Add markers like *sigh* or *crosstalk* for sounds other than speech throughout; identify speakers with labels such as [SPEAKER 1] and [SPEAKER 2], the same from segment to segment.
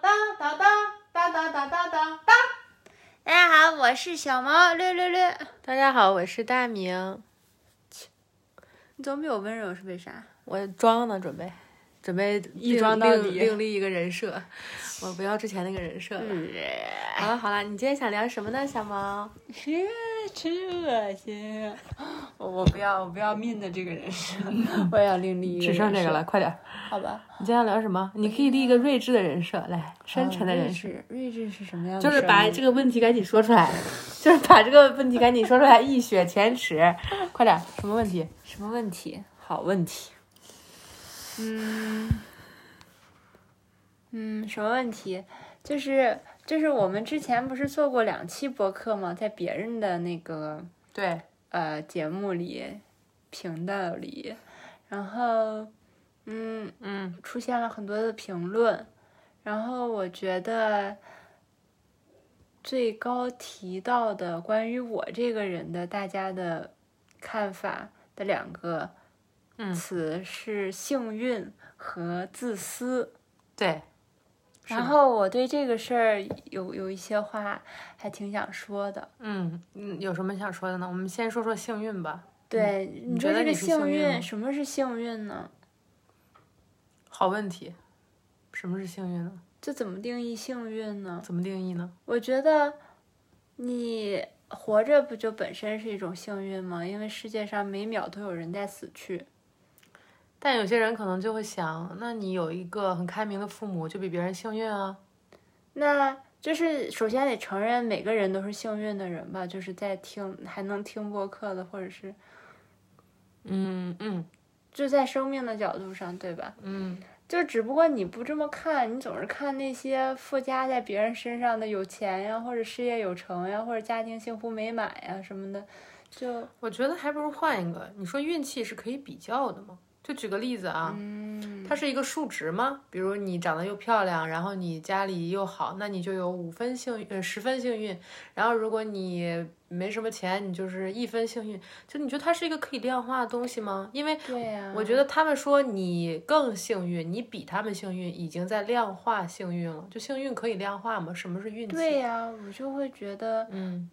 [SPEAKER 1] 哒哒哒哒哒哒哒哒。
[SPEAKER 2] 大家好，我是小猫略略略。
[SPEAKER 3] 大家好，我是大明，
[SPEAKER 2] 你怎么比我温柔是为啥？
[SPEAKER 3] 我装呢，准备准备
[SPEAKER 2] 一
[SPEAKER 3] 另
[SPEAKER 2] 装到
[SPEAKER 3] 另
[SPEAKER 2] 底
[SPEAKER 3] 另立一个人设，我不要之前那个人设了。
[SPEAKER 2] 嗯
[SPEAKER 3] 好了好了，你今天想聊什么呢，小猫？
[SPEAKER 1] 吃吃恶心！我不要，我不要命的这个人设，
[SPEAKER 2] *laughs*
[SPEAKER 1] 我也要另
[SPEAKER 2] 嗯
[SPEAKER 1] 立一个
[SPEAKER 3] 只
[SPEAKER 1] 人设。
[SPEAKER 3] 剩这个了，，快点儿！
[SPEAKER 1] 好吧？
[SPEAKER 3] 你今天聊什么？你可以立一个睿智的人设，来
[SPEAKER 2] 嗯
[SPEAKER 3] 深沉的人设，
[SPEAKER 2] 啊
[SPEAKER 1] 设，睿智是什么样的
[SPEAKER 3] 就
[SPEAKER 1] 生
[SPEAKER 3] 是
[SPEAKER 1] 命？
[SPEAKER 3] 把这个问题赶紧说出来， *laughs* 就是把这个问题赶紧说出来，一雪前耻。快点儿，什么问题？
[SPEAKER 2] 什么问题？
[SPEAKER 3] 好问题。
[SPEAKER 2] 嗯，什么问题？就是就是我们之前不是做过两期播客吗？在别人的那个
[SPEAKER 3] 对，
[SPEAKER 2] 呃节目里、频道里，然后嗯，
[SPEAKER 3] 嗯，
[SPEAKER 2] 出现了很多的评论，然后我觉得最高提到的关于我这个人的大家的看法的两个
[SPEAKER 3] 嗯
[SPEAKER 2] 词是幸运和自私。
[SPEAKER 3] 对，是
[SPEAKER 2] 然
[SPEAKER 3] 的
[SPEAKER 2] 后我对这个事儿有有一些话还挺想说的。
[SPEAKER 3] 嗯嗯，有什么想说的呢？我们先说说幸运吧。
[SPEAKER 2] 对，
[SPEAKER 3] 嗯你
[SPEAKER 2] 说
[SPEAKER 3] 觉得
[SPEAKER 2] 这个
[SPEAKER 3] 你是幸
[SPEAKER 2] 幸
[SPEAKER 3] 运吗
[SPEAKER 2] 运，什么是幸运呢？
[SPEAKER 3] 好问题，什么是幸运呢？
[SPEAKER 2] 这怎么定义幸运呢？
[SPEAKER 3] 怎么定义呢？
[SPEAKER 2] 我觉得你活着不就本身是一种幸运吗？因为世界上每秒都有人在死去。
[SPEAKER 3] 但有些人可能就会想，那你有一个很开明的父母，就比别人幸运啊。
[SPEAKER 2] 那就是首先得承认每个人都是幸运的人吧，就是在听还能听播客的，或者是
[SPEAKER 3] 嗯嗯
[SPEAKER 2] 就在生命的角度上，对吧？
[SPEAKER 3] 嗯，
[SPEAKER 2] 就只不过你不这么看，你总是看那些附加在别人身上的有钱呀，或者事业有成呀，或者家庭幸福美满呀什么的，就
[SPEAKER 3] 我觉得还不如换一个。你说运气是可以比较的吗？就举个例子啊，
[SPEAKER 2] 嗯
[SPEAKER 3] 它是一个数值吗？比如你长得又漂亮，然后你家里又好，那你就有五分幸运，呃，十分幸运。然后如果你没什么钱，你就是一分幸运。就你觉得它是一个可以量化的东西吗？因为
[SPEAKER 2] 对呀、
[SPEAKER 3] 我觉得他们说你更幸运，你比他们幸运，已经在量化幸运了。就幸运可以量化吗？什么是运气？
[SPEAKER 2] 对呀、我就会觉得
[SPEAKER 3] 嗯，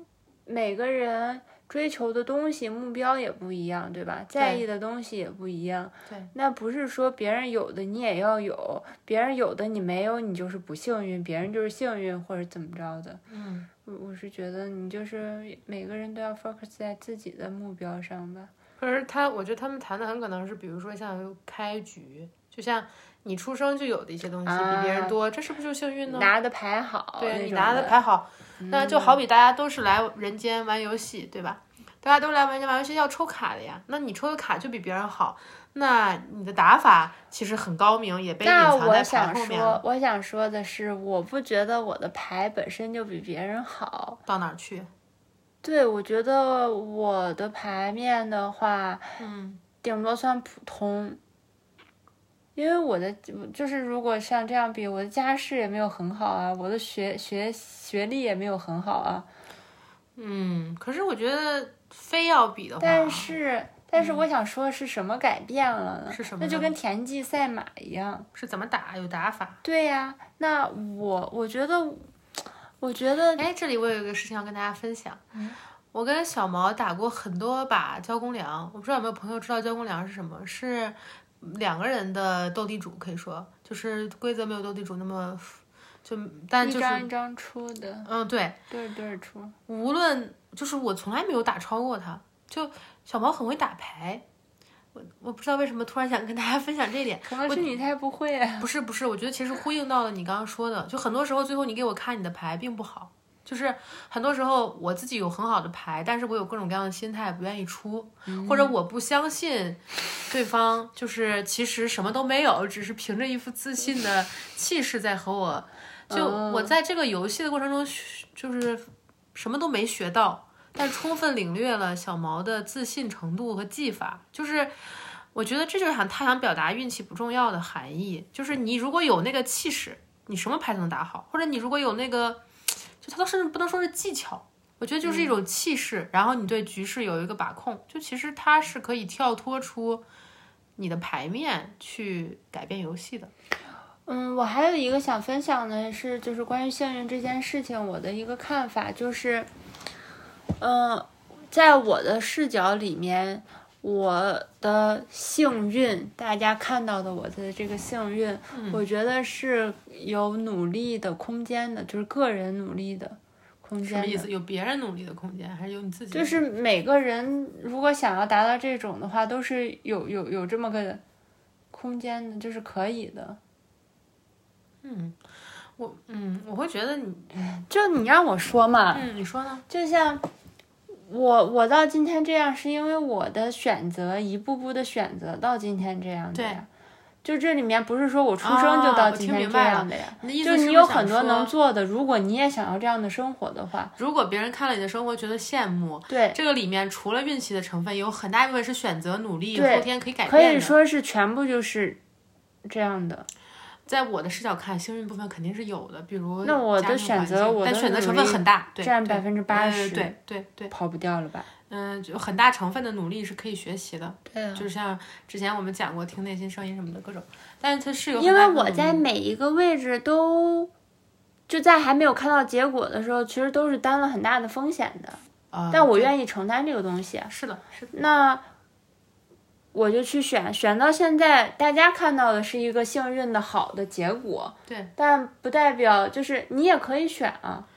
[SPEAKER 2] 每个人追求的东西、目标也不一样，对吧？在
[SPEAKER 3] 对
[SPEAKER 2] 意的东西也不一样。
[SPEAKER 3] 对，
[SPEAKER 2] 那不是说别人有的你也要有，别人有的你没有，你就是不幸运，别人就是幸运或者怎么着的。
[SPEAKER 3] 嗯，
[SPEAKER 2] 我我是觉得你就是每个人都要 focus 在自己的目标上吧。
[SPEAKER 3] 可是他，我觉得他们谈的很可能是，比如说像开局，就像你出生就有的一些东西比别人
[SPEAKER 2] 啊
[SPEAKER 3] 多，这是不是就幸运呢？
[SPEAKER 2] 拿的牌好，
[SPEAKER 3] 对
[SPEAKER 2] 那
[SPEAKER 3] 你
[SPEAKER 2] 种
[SPEAKER 3] 拿
[SPEAKER 2] 的嗯
[SPEAKER 3] 的牌好，那就好比大家都是来人间玩游戏，对吧？大家都来玩家玩游戏要抽卡的呀，那你抽的卡就比别人好，那你的打法其实很高明，也被隐
[SPEAKER 2] 那
[SPEAKER 3] 藏
[SPEAKER 2] 我
[SPEAKER 3] 在牌
[SPEAKER 2] 想
[SPEAKER 3] 后面了
[SPEAKER 2] 说，我想说的是，我不觉得我的牌本身就比别人好，
[SPEAKER 3] 到哪儿去？
[SPEAKER 2] 对，我觉得我的牌面的话，
[SPEAKER 3] 嗯
[SPEAKER 2] 顶多算普通，因为我的就是如果像这样比，我的家世也没有很好啊，我的学学学历也没有很好啊，
[SPEAKER 3] 嗯，可是我觉得非要比的话，
[SPEAKER 2] 但是但是我想说的是什么改变了呢？
[SPEAKER 3] 嗯是什么
[SPEAKER 2] 那就
[SPEAKER 3] 呢
[SPEAKER 2] 跟田忌赛马一样。
[SPEAKER 3] 是怎么打有打法。
[SPEAKER 2] 对呀、那我我觉得，我觉得
[SPEAKER 3] 哎，这里我有一个事情要跟大家分享。
[SPEAKER 2] 嗯
[SPEAKER 3] 我跟小毛打过很多把交公粮，我不知道有没有朋友知道交公粮是什么？是两个人的斗地主，可以说就是规则没有斗地主那么就，但
[SPEAKER 2] 一
[SPEAKER 3] 就是
[SPEAKER 2] 张一张出的，
[SPEAKER 3] 嗯，对，
[SPEAKER 2] 对对出，
[SPEAKER 3] 无论就是我从来没有打超过他，就小毛很会打牌。我我不知道为什么突然想跟大家分享这一点，
[SPEAKER 2] 可能是你太不会、啊。
[SPEAKER 3] 不是不是，我觉得其实呼应到了你刚刚说的，就很多时候最后你给我看你的牌并不好，就是很多时候我自己有很好的牌，但是我有各种各样的心态不愿意出，或者我不相信对方，就是其实什么都没有，只是凭着一副自信的气势在和我。就我在这个游戏的过程中学，就是什么都没学到，但充分领略了小毛的自信程度和技法，就是。我觉得这就是想他想表达运气不重要的含义，就是你如果有那个气势，你什么牌都能打好，或者你如果有那个，就他都甚至不能说是技巧，我觉得就
[SPEAKER 2] 嗯
[SPEAKER 3] 是一种气势，然后你对局势有一个把控，就其实它是可以跳脱出你的牌面去改变游戏的。
[SPEAKER 2] 嗯，我还有一个想分享的是，就是关于幸运这件事情，我的一个看法就是，嗯、在我的视角里面，我的幸运，大家看到的我的这个幸运，
[SPEAKER 3] 嗯
[SPEAKER 2] 我觉得是有努力的空间的，就是个人努力的空
[SPEAKER 3] 什
[SPEAKER 2] 间
[SPEAKER 3] 么
[SPEAKER 2] 的
[SPEAKER 3] 意思？有别人努力的空间，还是有你自己的？
[SPEAKER 2] 就是每个人如果想要达到这种的话，都是有有有这么个空间的，就是可以的。
[SPEAKER 3] 我，嗯，我会觉得你，
[SPEAKER 2] 就你让我说嘛，
[SPEAKER 3] 嗯，你说呢？
[SPEAKER 2] 就像我我到今天这样，是因为我的选择一步步的选择到今天这样的呀。就这里面不是说我出生就到今
[SPEAKER 3] 啊我听
[SPEAKER 2] 天
[SPEAKER 3] 明
[SPEAKER 2] 这
[SPEAKER 3] 白了
[SPEAKER 2] 样的呀，
[SPEAKER 3] 你的意思
[SPEAKER 2] 就是你
[SPEAKER 3] 不
[SPEAKER 2] 有
[SPEAKER 3] 想
[SPEAKER 2] 很多
[SPEAKER 3] 说
[SPEAKER 2] 能做的。如果你也想要这样的生活的话，
[SPEAKER 3] 如果别人看了你的生活觉得羡慕，
[SPEAKER 2] 对，
[SPEAKER 3] 这个里面除了运气的成分，有很大一部分是选择、努力、
[SPEAKER 2] 对
[SPEAKER 3] 后天可以改
[SPEAKER 2] 可
[SPEAKER 3] 变
[SPEAKER 2] 以
[SPEAKER 3] 的。
[SPEAKER 2] 说是全部就是这样的。
[SPEAKER 3] 在我的视角看，幸运部分肯定是有的，比如
[SPEAKER 2] 那我
[SPEAKER 3] 家
[SPEAKER 2] 的
[SPEAKER 3] 庭
[SPEAKER 2] 选
[SPEAKER 3] 环
[SPEAKER 2] 择
[SPEAKER 3] 境
[SPEAKER 2] 我
[SPEAKER 3] 但
[SPEAKER 2] 的
[SPEAKER 3] 选择
[SPEAKER 2] 努
[SPEAKER 3] 成分
[SPEAKER 2] 力
[SPEAKER 3] 很大，对，
[SPEAKER 2] 占
[SPEAKER 3] 对
[SPEAKER 2] 百分之
[SPEAKER 3] 呃
[SPEAKER 2] 八十，
[SPEAKER 3] 对对对，
[SPEAKER 2] 跑不掉了吧？
[SPEAKER 3] 嗯，就很大成分的努力是可以学习的，
[SPEAKER 2] 对啊，
[SPEAKER 3] 就像之前我们讲过听内心声音什么的各种，但是它是有
[SPEAKER 2] 因
[SPEAKER 3] 很大
[SPEAKER 2] 为
[SPEAKER 3] 一部
[SPEAKER 2] 我
[SPEAKER 3] 分
[SPEAKER 2] 在每一个位置都就在还没有看到结果的时候，其实都是担了很大的风险的。
[SPEAKER 3] 呃，
[SPEAKER 2] 但我
[SPEAKER 3] 对
[SPEAKER 2] 愿意承担这个东西，
[SPEAKER 3] 是的，是的，
[SPEAKER 2] 那我就去选，选到现在，大家看到的是一个幸运的好的结果，
[SPEAKER 3] 对，
[SPEAKER 2] 但不代表就是你也可以选啊，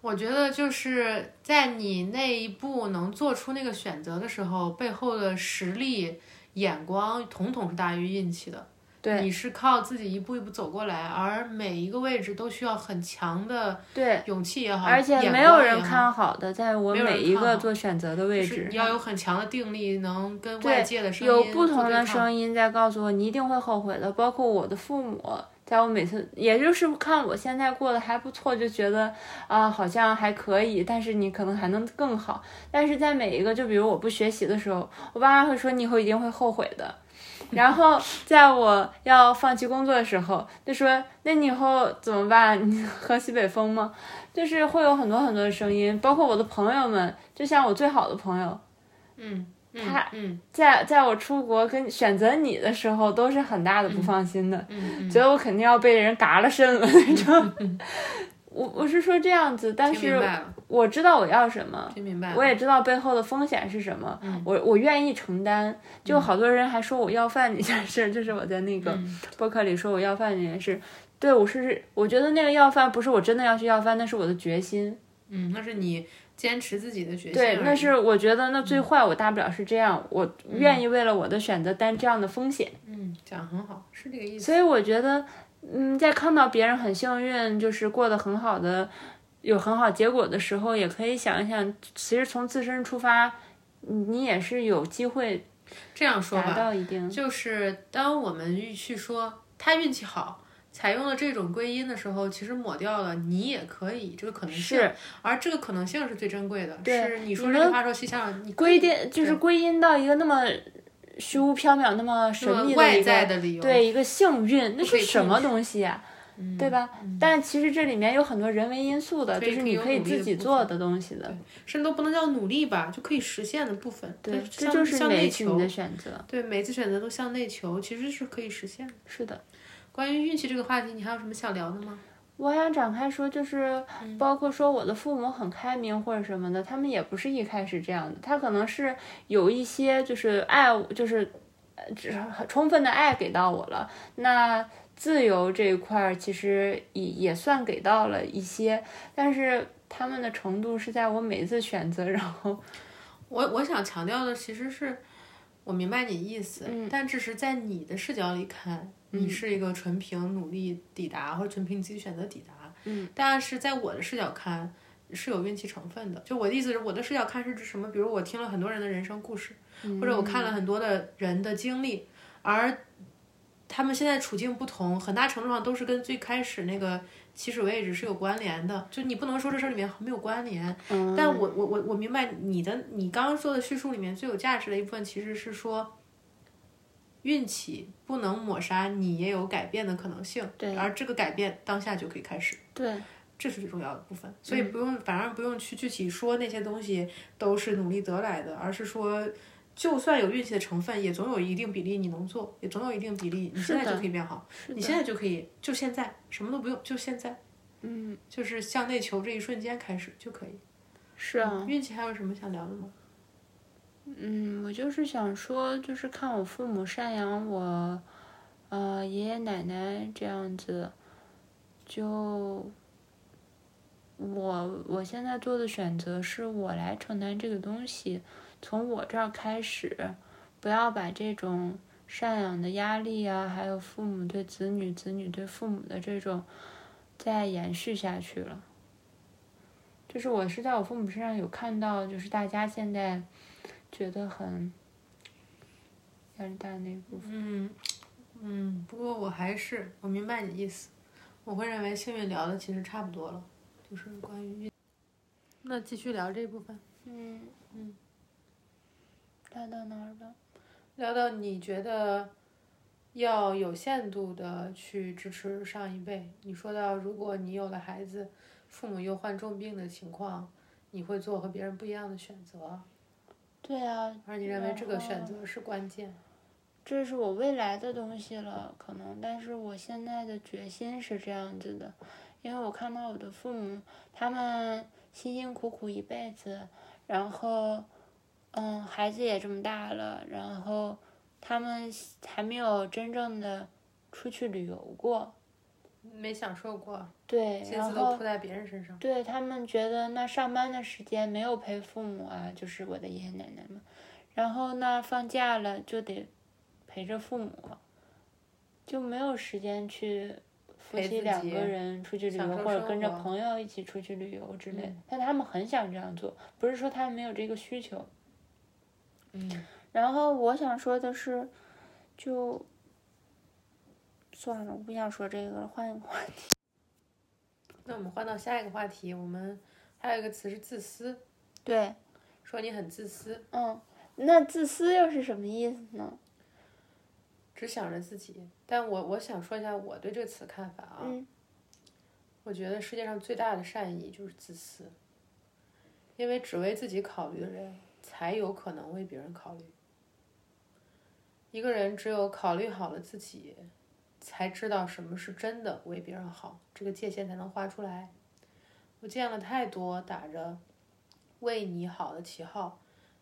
[SPEAKER 3] 我觉得就是在你那一步能做出那个选择的时候，背后的实力、眼光统统是大于运气的。
[SPEAKER 2] 对，
[SPEAKER 3] 你是靠自己一步一步走过来，而每一个位置都需要很强的
[SPEAKER 2] 对，
[SPEAKER 3] 勇气嗯也好，
[SPEAKER 2] 而且
[SPEAKER 3] 眼
[SPEAKER 2] 没有
[SPEAKER 3] 光也
[SPEAKER 2] 人
[SPEAKER 3] 好
[SPEAKER 2] 看好的，在我
[SPEAKER 3] 没有人
[SPEAKER 2] 每一
[SPEAKER 3] 看
[SPEAKER 2] 个
[SPEAKER 3] 好
[SPEAKER 2] 做选择的位
[SPEAKER 3] 就是
[SPEAKER 2] 置
[SPEAKER 3] 你。要有很强的定力，能跟
[SPEAKER 2] 嗯对
[SPEAKER 3] 外界的声音
[SPEAKER 2] 有不
[SPEAKER 3] 做
[SPEAKER 2] 同
[SPEAKER 3] 对
[SPEAKER 2] 的
[SPEAKER 3] 抗
[SPEAKER 2] 声音在告诉我，你一定会后悔的。包括我的父母，在我每次，也就是看我现在过得还不错，就觉得啊，好像还可以，但是你可能还能更好。但是在每一个，就比如我不学习的时候，我爸妈会说你以后一定会后悔
[SPEAKER 3] *laughs*
[SPEAKER 2] 的。然后在我要放弃工作的时候，就说那你以后怎么办？ *laughs* 你喝西北风吗？就是会有很多很多的声音，包括我的朋友们，就像我最好的朋友，
[SPEAKER 3] 嗯，嗯
[SPEAKER 2] 他
[SPEAKER 3] 嗯
[SPEAKER 2] 在在我出国跟选择你的时候，都是很大的不放心的，
[SPEAKER 3] 嗯
[SPEAKER 2] 觉得我肯定要被人嘎了身了那种。 *laughs* 我我是说这样子，但
[SPEAKER 3] 嗯，听明
[SPEAKER 2] 是
[SPEAKER 3] 白了，
[SPEAKER 2] 我知道我要什么，
[SPEAKER 3] 听明白了。嗯
[SPEAKER 2] 我也知道背后的风险是什么，我我愿意承担。就好多人还说我要饭这件事，就是我在那个
[SPEAKER 3] 嗯
[SPEAKER 2] 播客里说我要饭这件事。对，我是我觉得那个要饭不是我真的要去要饭，那是我的决心。
[SPEAKER 3] 嗯，那是你坚持自己的决心啊而已。嗯
[SPEAKER 2] 对，那是我觉得那最坏我大不了是这样，我愿意为了我的选择担这样的风险。
[SPEAKER 3] 嗯，讲很好，是这个意思。
[SPEAKER 2] 所以我觉得，嗯，在看到别人很幸运，就是过得很好的，有很好结果的时候，也可以想一想，其实从自身出发，你也是有机会
[SPEAKER 3] 这样说
[SPEAKER 2] 达
[SPEAKER 3] 吧，
[SPEAKER 2] 到一定。
[SPEAKER 3] 就是当我们去说他运气好，采用了这种归因的时候，其实抹掉了你也可以这个可能性，
[SPEAKER 2] 是
[SPEAKER 3] 而这个可能性是最珍贵的。
[SPEAKER 2] 对
[SPEAKER 3] 是你说
[SPEAKER 2] 你
[SPEAKER 3] 这
[SPEAKER 2] 们
[SPEAKER 3] 句话的时候，细想想你
[SPEAKER 2] 归定就是归因到一个那么虚无缥缈、那么神
[SPEAKER 3] 那
[SPEAKER 2] 秘
[SPEAKER 3] 么
[SPEAKER 2] 的
[SPEAKER 3] 外
[SPEAKER 2] 一
[SPEAKER 3] 在
[SPEAKER 2] 个，
[SPEAKER 3] 的理由，
[SPEAKER 2] 对一个幸运，那
[SPEAKER 3] 不可
[SPEAKER 2] 是
[SPEAKER 3] 以
[SPEAKER 2] 什
[SPEAKER 3] 控
[SPEAKER 2] 么
[SPEAKER 3] 制
[SPEAKER 2] 东西啊？对吧？但其实这里面有很多人为因素的，
[SPEAKER 3] 嗯所
[SPEAKER 2] 就
[SPEAKER 3] 以
[SPEAKER 2] 是
[SPEAKER 3] 可以
[SPEAKER 2] 你
[SPEAKER 3] 有
[SPEAKER 2] 可以
[SPEAKER 3] 努力
[SPEAKER 2] 自
[SPEAKER 3] 的
[SPEAKER 2] 己
[SPEAKER 3] 部
[SPEAKER 2] 做
[SPEAKER 3] 分
[SPEAKER 2] 的东西的。
[SPEAKER 3] 甚至都不能叫努力吧，就可以实现的部分。
[SPEAKER 2] 对，
[SPEAKER 3] 它
[SPEAKER 2] 这
[SPEAKER 3] 向
[SPEAKER 2] 就是
[SPEAKER 3] 向
[SPEAKER 2] 每
[SPEAKER 3] 内
[SPEAKER 2] 一次你
[SPEAKER 3] 求
[SPEAKER 2] 的。选择。
[SPEAKER 3] 对，每次选择都向内求，其实是可以实现的。
[SPEAKER 2] 是的。
[SPEAKER 3] 关于运气这个话题，你还有什么想聊的吗？
[SPEAKER 2] 我还想展开说，就是包括说我的父母很开明或者什么的，他们也不是一开始这样的，他可能是有一些就是爱我，就是呃只是很充分的爱给到我了。那自由这一块儿其实也也算给到了一些，但是他们的程度是在我每一次选择，然后
[SPEAKER 3] 我我想强调的其实是，我明白你意思，但只是在你的视角里看，你是一个纯凭努力抵达，或者纯凭自己选择抵达。嗯，但是在我的视角看，是有运气成分的。就我的意思是，我的视角看是指什么？比如我听了很多人的人生故事，或者我看了很多的人的经历，而他们现在处境不同，很大程度上都是跟最开始那个起始位置是有关联的。就你不能说这事儿里面没有关联，
[SPEAKER 2] 嗯
[SPEAKER 3] 但我我我我明白你的，你刚刚说的叙述里面最有价值的一部分，其实是说，运气不能抹杀你也有改变的可能性，
[SPEAKER 2] 对
[SPEAKER 3] 而这个改变当下就可以开始，
[SPEAKER 2] 对嗯
[SPEAKER 3] 这是最重要的部分。所以不用，反而不用去具体说那些东西都是努力得来的，而是说就算有运气的成分，也总有一定比例你能做，也总有一定比例你现在就可以变好，你现在就可以，就现在什么都不用，就现在，嗯，就是向内求这一瞬间开始就可以。
[SPEAKER 2] 是啊，
[SPEAKER 3] 嗯运气还有什么想聊的吗？
[SPEAKER 2] 嗯，我就是想说，就是看我父母赡养我，呃，爷爷奶奶这样子，就我我现在做的选择是我来承担这个东西，从我这儿开始，不要把这种赡养的压力啊，还有父母对子女、子女对父母的这种再延续下去了。就是我是在我父母身上有看到，就是大家现在觉得很压力大的那一部分。
[SPEAKER 3] 嗯嗯，不过我还是我明白你意思，我会认为幸运聊的其实差不多了，就是关于运。那继续聊这部分，
[SPEAKER 2] 嗯
[SPEAKER 3] 嗯，
[SPEAKER 2] 聊到哪儿了？
[SPEAKER 3] 聊到你觉得要有限度的去支持上一辈。你说到，如果你有了孩子，父母又患重病的情况，你会做和别人不一样的选择，
[SPEAKER 2] 对啊，
[SPEAKER 3] 而你认为这个选
[SPEAKER 2] 择，
[SPEAKER 3] 择是关键。
[SPEAKER 2] 这是我未来的东西了，可能，但是我现在的决心是这样子的，因为我看到我的父母，他们辛辛苦苦一辈子，然后，嗯，孩子也这么大了，然后他们还没有真正的出去旅游过，
[SPEAKER 3] 没享受过，
[SPEAKER 2] 对，
[SPEAKER 3] 心
[SPEAKER 2] 然
[SPEAKER 3] 思
[SPEAKER 2] 后
[SPEAKER 3] 都扑在别人身上。
[SPEAKER 2] 对他们觉得那上班的时间没有陪父母啊，就是我的爷爷奶奶嘛，然后那放假了就得陪着父母，就没有时间去夫
[SPEAKER 3] 陪
[SPEAKER 2] 妻
[SPEAKER 3] 自
[SPEAKER 2] 两
[SPEAKER 3] 己
[SPEAKER 2] 个人出去旅游
[SPEAKER 3] 享受
[SPEAKER 2] 或者
[SPEAKER 3] 生
[SPEAKER 2] 跟着
[SPEAKER 3] 活嗯
[SPEAKER 2] 朋友一起出去旅游之类的。但他们很想这样做，不是说他们没有这个需求。
[SPEAKER 3] 嗯，
[SPEAKER 2] 然后我想说的是，就算了，我不想说这个了，换一个话题。
[SPEAKER 3] 那我们换到下一个话题，我们还有一个词是自私，
[SPEAKER 2] 对，
[SPEAKER 3] 说你很自私，
[SPEAKER 2] 嗯，那自私又是什么意思呢？
[SPEAKER 3] 只想着自己。但我我想说一下我对这个词看法啊，
[SPEAKER 2] 嗯
[SPEAKER 3] 我觉得世界上最大的善意就是自私，因为只为自己考虑的人，才有可能为别人考虑。一个人只有考虑好了自己，才知道什么是真的为别人好，这个界限才能画出来。我见了太多打着“为你好”的旗号，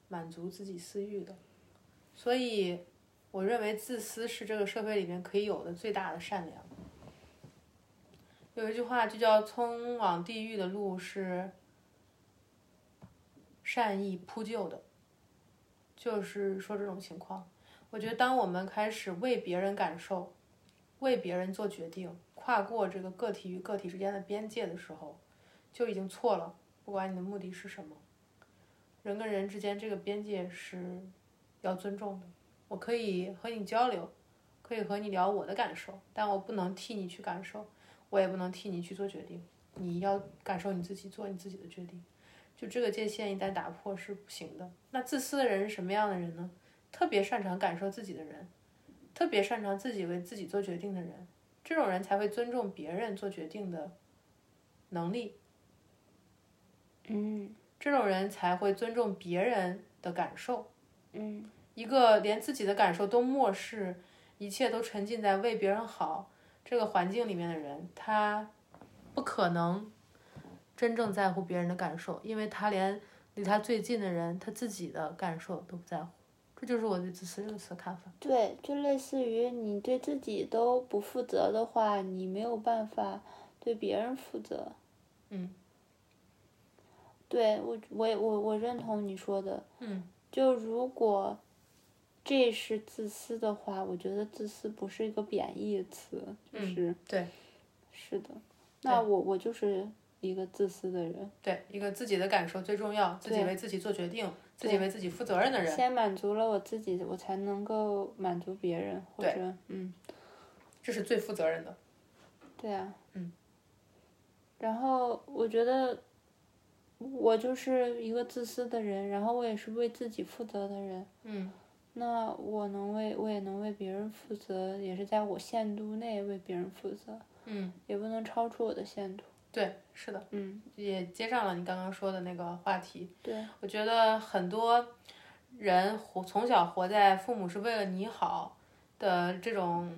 [SPEAKER 3] 满足自己私欲的，所以我认为自私是这个社会里面可以有的最大的善良。有一句话就叫“通往地狱的路是善意铺就的”，就是说这种情况。我觉得，当我们开始为别人感受、为别人做决定，跨过这个个体与个体之间的边界的时候，就已经错了。不管你的目的是什么，人跟人之间这个边界是要尊重的。我可以和你交流，可以和你聊我的感受，但我不能替你去感受。我也不能替你去做决定，你要感受你自己，做你自己的决定。就这个界限一旦打破是不行的。那自私的人是什么样的人呢？特别擅长感受自己的人，特别擅长自己为自己做决定的人，这种人才会尊重别人做决定的能力，
[SPEAKER 2] 嗯
[SPEAKER 3] 这种人才会尊重别人的感受。
[SPEAKER 2] 嗯
[SPEAKER 3] 一个连自己的感受都漠视，一切都沉浸在为别人好这个环境里面的人，他不可能真正在乎别人的感受，因为他连离他最近的人他自己的感受都不在乎。这就是我对“自私”这个词的看法。
[SPEAKER 2] 嗯对，就类似于你对自己都不负责的话，你没有办法对别人负责。
[SPEAKER 3] 嗯，
[SPEAKER 2] 对我，我也我我认同你说的。
[SPEAKER 3] 嗯，
[SPEAKER 2] 就如果这是自私的话，我觉得自私不是一个贬义词，就
[SPEAKER 3] 嗯
[SPEAKER 2] 是、
[SPEAKER 3] 对
[SPEAKER 2] 是的。那我我就是一个自私的人，
[SPEAKER 3] 对，一个自己的感受最重要，自己
[SPEAKER 2] 对
[SPEAKER 3] 为自己做决定，自己为自己负责任的人，
[SPEAKER 2] 先满足了我自己，我才能够满足别人，或
[SPEAKER 3] 对
[SPEAKER 2] 者嗯。
[SPEAKER 3] 这是最负责任的。
[SPEAKER 2] 对啊，
[SPEAKER 3] 嗯。
[SPEAKER 2] 然后我觉得我就是一个自私的人，然后我也是为自己负责的人。
[SPEAKER 3] 嗯
[SPEAKER 2] 那我能为我也能为别人负责，也是在我限度内为别人负责，
[SPEAKER 3] 嗯，
[SPEAKER 2] 也不能超出我的限度。
[SPEAKER 3] 对，是的，
[SPEAKER 2] 嗯，
[SPEAKER 3] 也接上了你刚刚说的那个话题。
[SPEAKER 2] 对，
[SPEAKER 3] 我觉得很多人活从小活在父母是为了你好的这种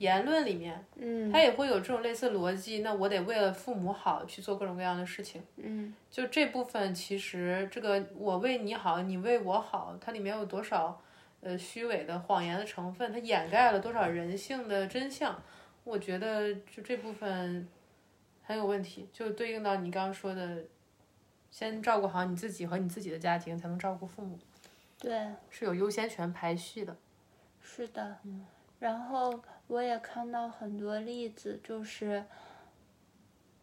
[SPEAKER 3] 言论里面，嗯，他也会有这种类似逻辑。那我得为了父母好去做各种各样的事情，嗯，就这部分其实这个我为你好，你为我好，它里面有多少呃虚伪的谎言的成分，它掩盖了多少人性的真相？我觉得就这部分很有问题，就对应到你刚刚说的，先照顾好你自己和你自己的家庭，才能照顾父母。
[SPEAKER 2] 对，
[SPEAKER 3] 是有优先权排序的。
[SPEAKER 2] 是的，然后我也看到很多例子，就是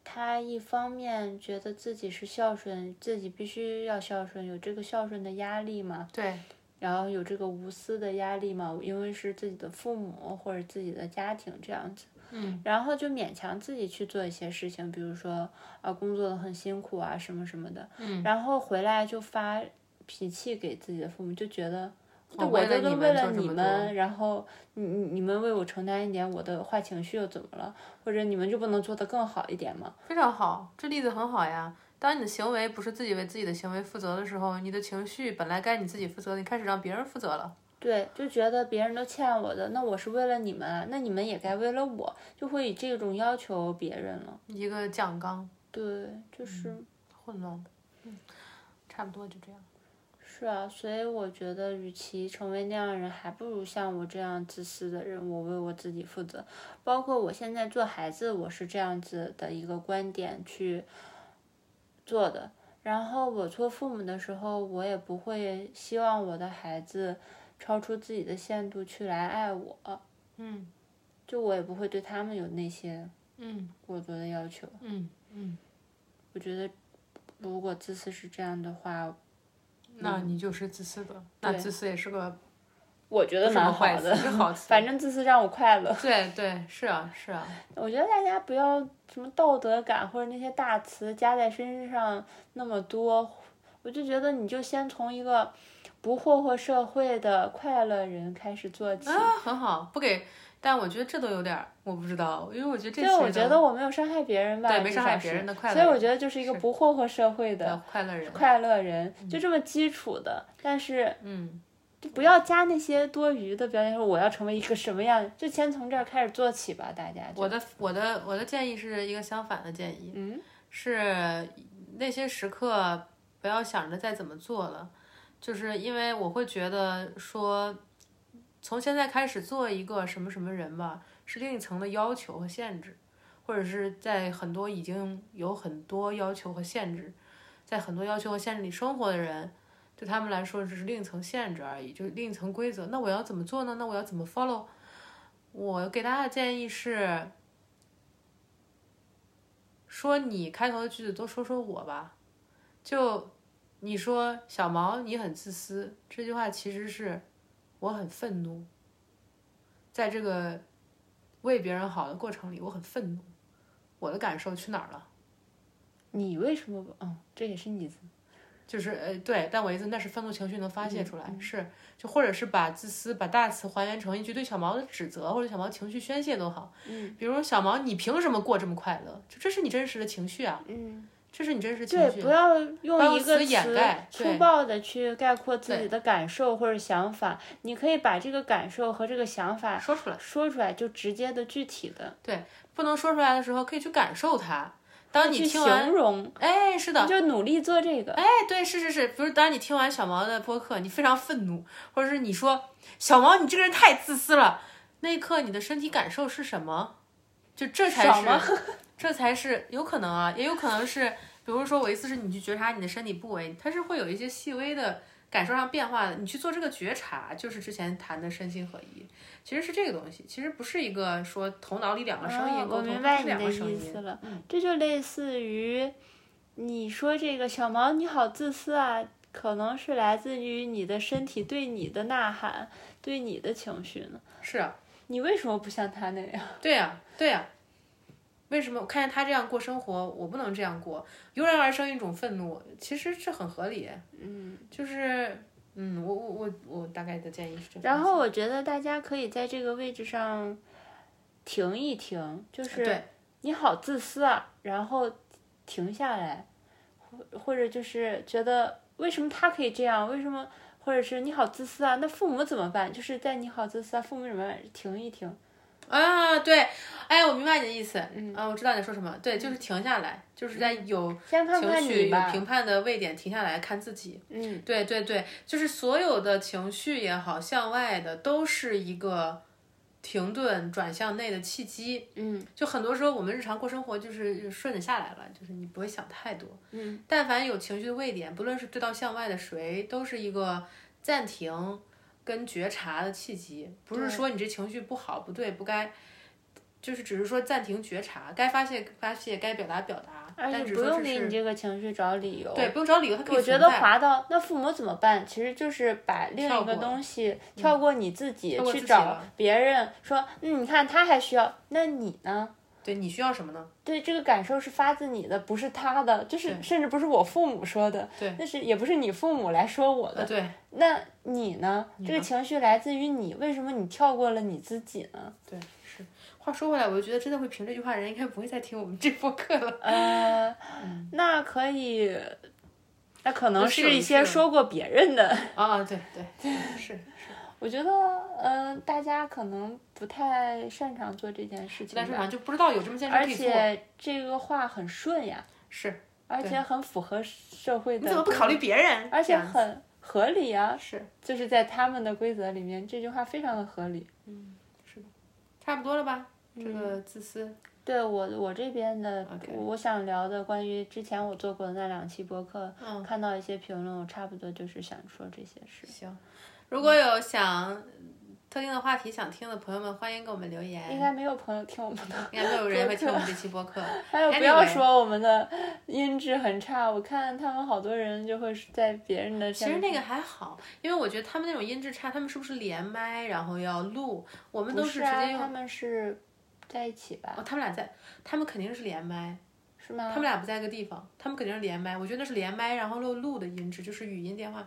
[SPEAKER 2] 他一方面觉得自己是孝顺，自己必须要孝顺，有这个孝顺的压力嘛，
[SPEAKER 3] 对，
[SPEAKER 2] 然后有这个无私的压力嘛，因为是自己的父母或者自己的家庭这样子，嗯，然后就勉强自己去做一些事情，比如说啊工作的很辛苦啊什么什么的，嗯，然后回来就发脾气给自己的父母，就觉得。
[SPEAKER 3] 我
[SPEAKER 2] 我
[SPEAKER 3] 哦为了
[SPEAKER 2] 这
[SPEAKER 3] 你
[SPEAKER 2] 都
[SPEAKER 3] 们
[SPEAKER 2] 为
[SPEAKER 3] 做
[SPEAKER 2] 了
[SPEAKER 3] 这
[SPEAKER 2] 你
[SPEAKER 3] 么多，
[SPEAKER 2] 们，然后你你你们为我承担一点我的坏情绪又怎么了？或者你们就不能做得更好一点吗？
[SPEAKER 3] 非常好，这例子很好呀。当你的行为不是自己为自己的行为负责的时候，你的情绪本来该你自己负责的，你开始让别人负责了。
[SPEAKER 2] 对，就觉得别人都欠我的，那我是为了你们啊，那你们也该为了我，就会以这种要求别人了。
[SPEAKER 3] 一个酱缸
[SPEAKER 2] 对，就是、
[SPEAKER 3] 混乱的，嗯，差不多就这样。
[SPEAKER 2] 是啊，所以我觉得，与其成为那样的人，还不如像我这样自私的人，我为我自己负责。包括我现在做孩子，我是这样子的一个观点去做的。然后我做父母的时候，我也不会希望我的孩子超出自己的限度去来爱我，
[SPEAKER 3] 嗯
[SPEAKER 2] 就我也不会对他们有那些
[SPEAKER 3] 嗯
[SPEAKER 2] 过多的要求。
[SPEAKER 3] 嗯嗯，
[SPEAKER 2] 我觉得，如果自私是这样的话，
[SPEAKER 3] 那你就是自私的，那自私也是个
[SPEAKER 2] 我觉得
[SPEAKER 3] 不是个
[SPEAKER 2] 蛮好
[SPEAKER 3] 坏词，
[SPEAKER 2] 的。
[SPEAKER 3] 是
[SPEAKER 2] *laughs*
[SPEAKER 3] 好词。
[SPEAKER 2] 反正自私让我快乐。
[SPEAKER 3] 对对，是啊是啊，
[SPEAKER 2] 我觉得大家不要什么道德感或者那些大词加在身上那么多，我就觉得你就先从一个不霍霍社会的快乐人开始做起。
[SPEAKER 3] 啊很好，不给。但我觉得这都有点儿，我不知道，因为我觉得这
[SPEAKER 2] 就
[SPEAKER 3] 些
[SPEAKER 2] 啊我觉得我没有伤害别人吧，
[SPEAKER 3] 对没
[SPEAKER 2] 至
[SPEAKER 3] 伤害
[SPEAKER 2] 少是
[SPEAKER 3] 别人的快乐
[SPEAKER 2] 所以我
[SPEAKER 3] 人
[SPEAKER 2] 觉得就是一个
[SPEAKER 3] 是
[SPEAKER 2] 不霍霍社会的
[SPEAKER 3] 的快乐人，
[SPEAKER 2] 快乐人，就这么基础的，但是
[SPEAKER 3] 嗯，
[SPEAKER 2] 就不要加那些多余的标签，说我要成为一个什么样，就先从这儿开始做起吧，大家就。
[SPEAKER 3] 我的我的我的建议是一个相反的建议，
[SPEAKER 2] 嗯，
[SPEAKER 3] 是那些时刻不要想着再怎么做了，就是因为我会觉得说，从现在开始做一个什么什么人吧，是另一层的要求和限制，或者是在很多已经有很多要求和限制，在很多要求和限制里生活的人。对他们来说，只是另一层限制而已，就是另一层规则。那我要怎么做呢？那我要怎么 follow？我给大家的建议是，说你开头的句子都说说我吧，就你说小毛你很自私这句话其实是我很愤怒，在这个为别人好的过程里，我很愤怒，我的感受去哪儿了？
[SPEAKER 2] 你为什么不？嗯，这也是你自
[SPEAKER 3] 就是呃对，但我意思那是愤怒情绪能发
[SPEAKER 2] 嗯
[SPEAKER 3] 泄出来，是就或者是把自私把大词还原成一句对小毛的指责或者小毛情绪宣泄都好，嗯，比如说小毛你凭什么过这么快乐？就这是你真实的情绪啊，
[SPEAKER 2] 嗯，
[SPEAKER 3] 这是你真实情
[SPEAKER 2] 对，
[SPEAKER 3] 绪，
[SPEAKER 2] 不要
[SPEAKER 3] 不要
[SPEAKER 2] 用一
[SPEAKER 3] 用
[SPEAKER 2] 个
[SPEAKER 3] 词
[SPEAKER 2] 词
[SPEAKER 3] 掩盖对
[SPEAKER 2] 粗暴的去概括自己的感受或者想法，你可以把这个感受和这个想法
[SPEAKER 3] 说出来。
[SPEAKER 2] 说出来，就直接的、具体的
[SPEAKER 3] 不能说出来的时候，可以去感受它。当你
[SPEAKER 2] 去
[SPEAKER 3] 听完，
[SPEAKER 2] 形容，
[SPEAKER 3] 哎，是的，
[SPEAKER 2] 就努力做这个。
[SPEAKER 3] 哎，对，是是是，比如当你听完小毛的播客，你非常愤怒，或者是你说小毛你这个人太自私了，那一刻你的身体感受是什么？就这才
[SPEAKER 2] 爽吗
[SPEAKER 3] 是，这才是有可能啊，也有可能是，比如说我意思是你去觉察你的身体部位，它是会有一些细微的感受上变化的，你去做这个觉察，就是之前谈的身心合一，其实是这个东西，其实不是一个说头脑里两个声音
[SPEAKER 2] 啊
[SPEAKER 3] 沟
[SPEAKER 2] 我
[SPEAKER 3] 通，
[SPEAKER 2] 明
[SPEAKER 3] 它
[SPEAKER 2] 白
[SPEAKER 3] 是
[SPEAKER 2] 你
[SPEAKER 3] 两个
[SPEAKER 2] 的
[SPEAKER 3] 声
[SPEAKER 2] 意
[SPEAKER 3] 音
[SPEAKER 2] 思。了，这就类似于你说这个小毛你好自私啊，可能是来自于你的身体对你的呐喊，对你的情绪呢。
[SPEAKER 3] 是啊，
[SPEAKER 2] 你为什么不像他那样？
[SPEAKER 3] *laughs* 对呀、对呀、为什么我看见他这样过生活，我不能这样过？油然而生一种愤怒，其实这很合理。嗯，就是，嗯，我我我我大概的建议是这个。
[SPEAKER 2] 然后我觉得大家可以在这个位置上停一停，就是
[SPEAKER 3] 对
[SPEAKER 2] 你好自私啊，然后停下来，或或者就是觉得为什么他可以这样，为什么或者是你好自私啊，那父母怎么办？就是在你好自私啊，父母怎么办？停一停，
[SPEAKER 3] 啊，对，哎，我明白你的意思，嗯，啊，我知道你在说什么，对，就是停下来，就是在有
[SPEAKER 2] 先看
[SPEAKER 3] 情
[SPEAKER 2] 看
[SPEAKER 3] 绪、
[SPEAKER 2] 你
[SPEAKER 3] 有
[SPEAKER 2] 吧。
[SPEAKER 3] 评判的位点停下来看自己，
[SPEAKER 2] 嗯，
[SPEAKER 3] 对对对，就是所有的情绪也好，向外的都是一个停顿转向内的契机，
[SPEAKER 2] 嗯，
[SPEAKER 3] 就很多时候我们日常过生活就是顺着下来了，就是你不会想太多，嗯，但凡有情绪的位点，不论是对到向外的谁，都是一个暂停跟觉察的契机，不是说你这情绪不好不对不该。就是只是说暂停觉察，该发泄发泄，该表达表达，
[SPEAKER 2] 而
[SPEAKER 3] 但
[SPEAKER 2] 且
[SPEAKER 3] 只
[SPEAKER 2] 不
[SPEAKER 3] 说
[SPEAKER 2] 用
[SPEAKER 3] 这
[SPEAKER 2] 给
[SPEAKER 3] 是
[SPEAKER 2] 哎你这个情绪找理由。
[SPEAKER 3] 对，不用找理由，它可以
[SPEAKER 2] 我觉
[SPEAKER 3] 存
[SPEAKER 2] 得
[SPEAKER 3] 在
[SPEAKER 2] 滑到那父母怎么办？其实就是把另一个东西跳过你自己
[SPEAKER 3] 过
[SPEAKER 2] 去
[SPEAKER 3] 自己
[SPEAKER 2] 找
[SPEAKER 3] 了
[SPEAKER 2] 别人，说嗯，你看他还需要，那你呢？
[SPEAKER 3] 对你需要什么呢？
[SPEAKER 2] 对这个感受是发自你的，不是他的，就是甚至不是我父母说的，
[SPEAKER 3] 对
[SPEAKER 2] 那是也不是你父母来说我的。
[SPEAKER 3] 啊对
[SPEAKER 2] 那你呢？这个情绪来自于你，为什么你跳过了你自己呢？
[SPEAKER 3] 啊对是。话说回来，我就觉得真的会凭这句话的人，应该不会再听我们这播
[SPEAKER 2] *laughs*
[SPEAKER 3] 客了。
[SPEAKER 2] 呃，那可以，那可能
[SPEAKER 3] 嗯是
[SPEAKER 2] 是
[SPEAKER 3] 有
[SPEAKER 2] 一
[SPEAKER 3] 一
[SPEAKER 2] 些
[SPEAKER 3] 些
[SPEAKER 2] 说过别人的。
[SPEAKER 3] 啊，对对
[SPEAKER 2] *laughs*
[SPEAKER 3] 对，是。
[SPEAKER 2] 我觉得，呃，大家可能不太擅长做这件事情
[SPEAKER 3] 但是好
[SPEAKER 2] 吧，
[SPEAKER 3] 像就不知道有这么件事
[SPEAKER 2] 而
[SPEAKER 3] 可以做。
[SPEAKER 2] 且这个话很顺呀，
[SPEAKER 3] 是，
[SPEAKER 2] 而且很符合社会的，
[SPEAKER 3] 你怎么不考虑？别人？
[SPEAKER 2] 而
[SPEAKER 3] 这
[SPEAKER 2] 且
[SPEAKER 3] 样子
[SPEAKER 2] 很合理呀，
[SPEAKER 3] 是
[SPEAKER 2] 就是在他们的规则里面，这句话非常的合理。
[SPEAKER 3] 差不多了吧？这
[SPEAKER 2] 嗯
[SPEAKER 3] 个自私，
[SPEAKER 2] 对我我这边的
[SPEAKER 3] OK
[SPEAKER 2] 我想聊的关于之前我做过的那两期博客，
[SPEAKER 3] 嗯
[SPEAKER 2] 看到一些评论，我差不多就是想说这些事。
[SPEAKER 3] 行。如
[SPEAKER 2] 嗯
[SPEAKER 3] 果有想特定的话题想听的朋友们，欢迎给我们
[SPEAKER 2] *laughs*
[SPEAKER 3] 留言。
[SPEAKER 2] 应该没有朋友听我们的，
[SPEAKER 3] 应该没有人会听我们这期播客。
[SPEAKER 2] *laughs* 还有
[SPEAKER 3] Anyway，
[SPEAKER 2] 不要说我们的音质很差，我看他们好多人就会在别人的
[SPEAKER 3] 其
[SPEAKER 2] 其
[SPEAKER 3] 实那个还好，因为我觉得他们那种音质差，他们是不是连麦然后要录？我们都
[SPEAKER 2] 不
[SPEAKER 3] 是直
[SPEAKER 2] 啊
[SPEAKER 3] 接用。
[SPEAKER 2] 他们是在一起吧？
[SPEAKER 3] 哦，他们俩在，他们肯定是连麦，
[SPEAKER 2] 是吗？
[SPEAKER 3] 他们俩不在一个地方，他们肯定是连麦。我觉得那是连麦，然后录录的音质，就是语音电话，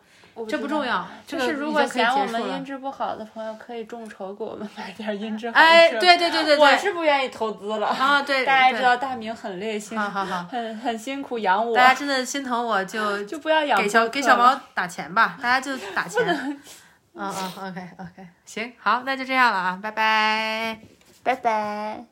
[SPEAKER 3] 这不重要。这
[SPEAKER 2] 就
[SPEAKER 3] 个
[SPEAKER 2] 是如果
[SPEAKER 3] 已经可以
[SPEAKER 2] 嫌我
[SPEAKER 3] 结束
[SPEAKER 2] 们
[SPEAKER 3] 了
[SPEAKER 2] 音质不好的朋友，可以众筹给我们买点音质好的
[SPEAKER 3] 哎，
[SPEAKER 2] 设备
[SPEAKER 3] 对对对对
[SPEAKER 2] 我
[SPEAKER 3] 对，
[SPEAKER 2] 是不愿意投资了。
[SPEAKER 3] 啊对，
[SPEAKER 2] *laughs* 大家
[SPEAKER 3] 对
[SPEAKER 2] 知道大明很累，辛
[SPEAKER 3] 好好好，
[SPEAKER 2] 很很辛苦养我，
[SPEAKER 3] 大家真的心疼我 *laughs* 就
[SPEAKER 2] 就不要养
[SPEAKER 3] 给小
[SPEAKER 2] 顾客
[SPEAKER 3] 给小
[SPEAKER 2] 了
[SPEAKER 3] 毛打钱吧，大家就打钱。嗯嗯，OK OK，行，好，那就这样了啊，拜拜。
[SPEAKER 2] 拜拜。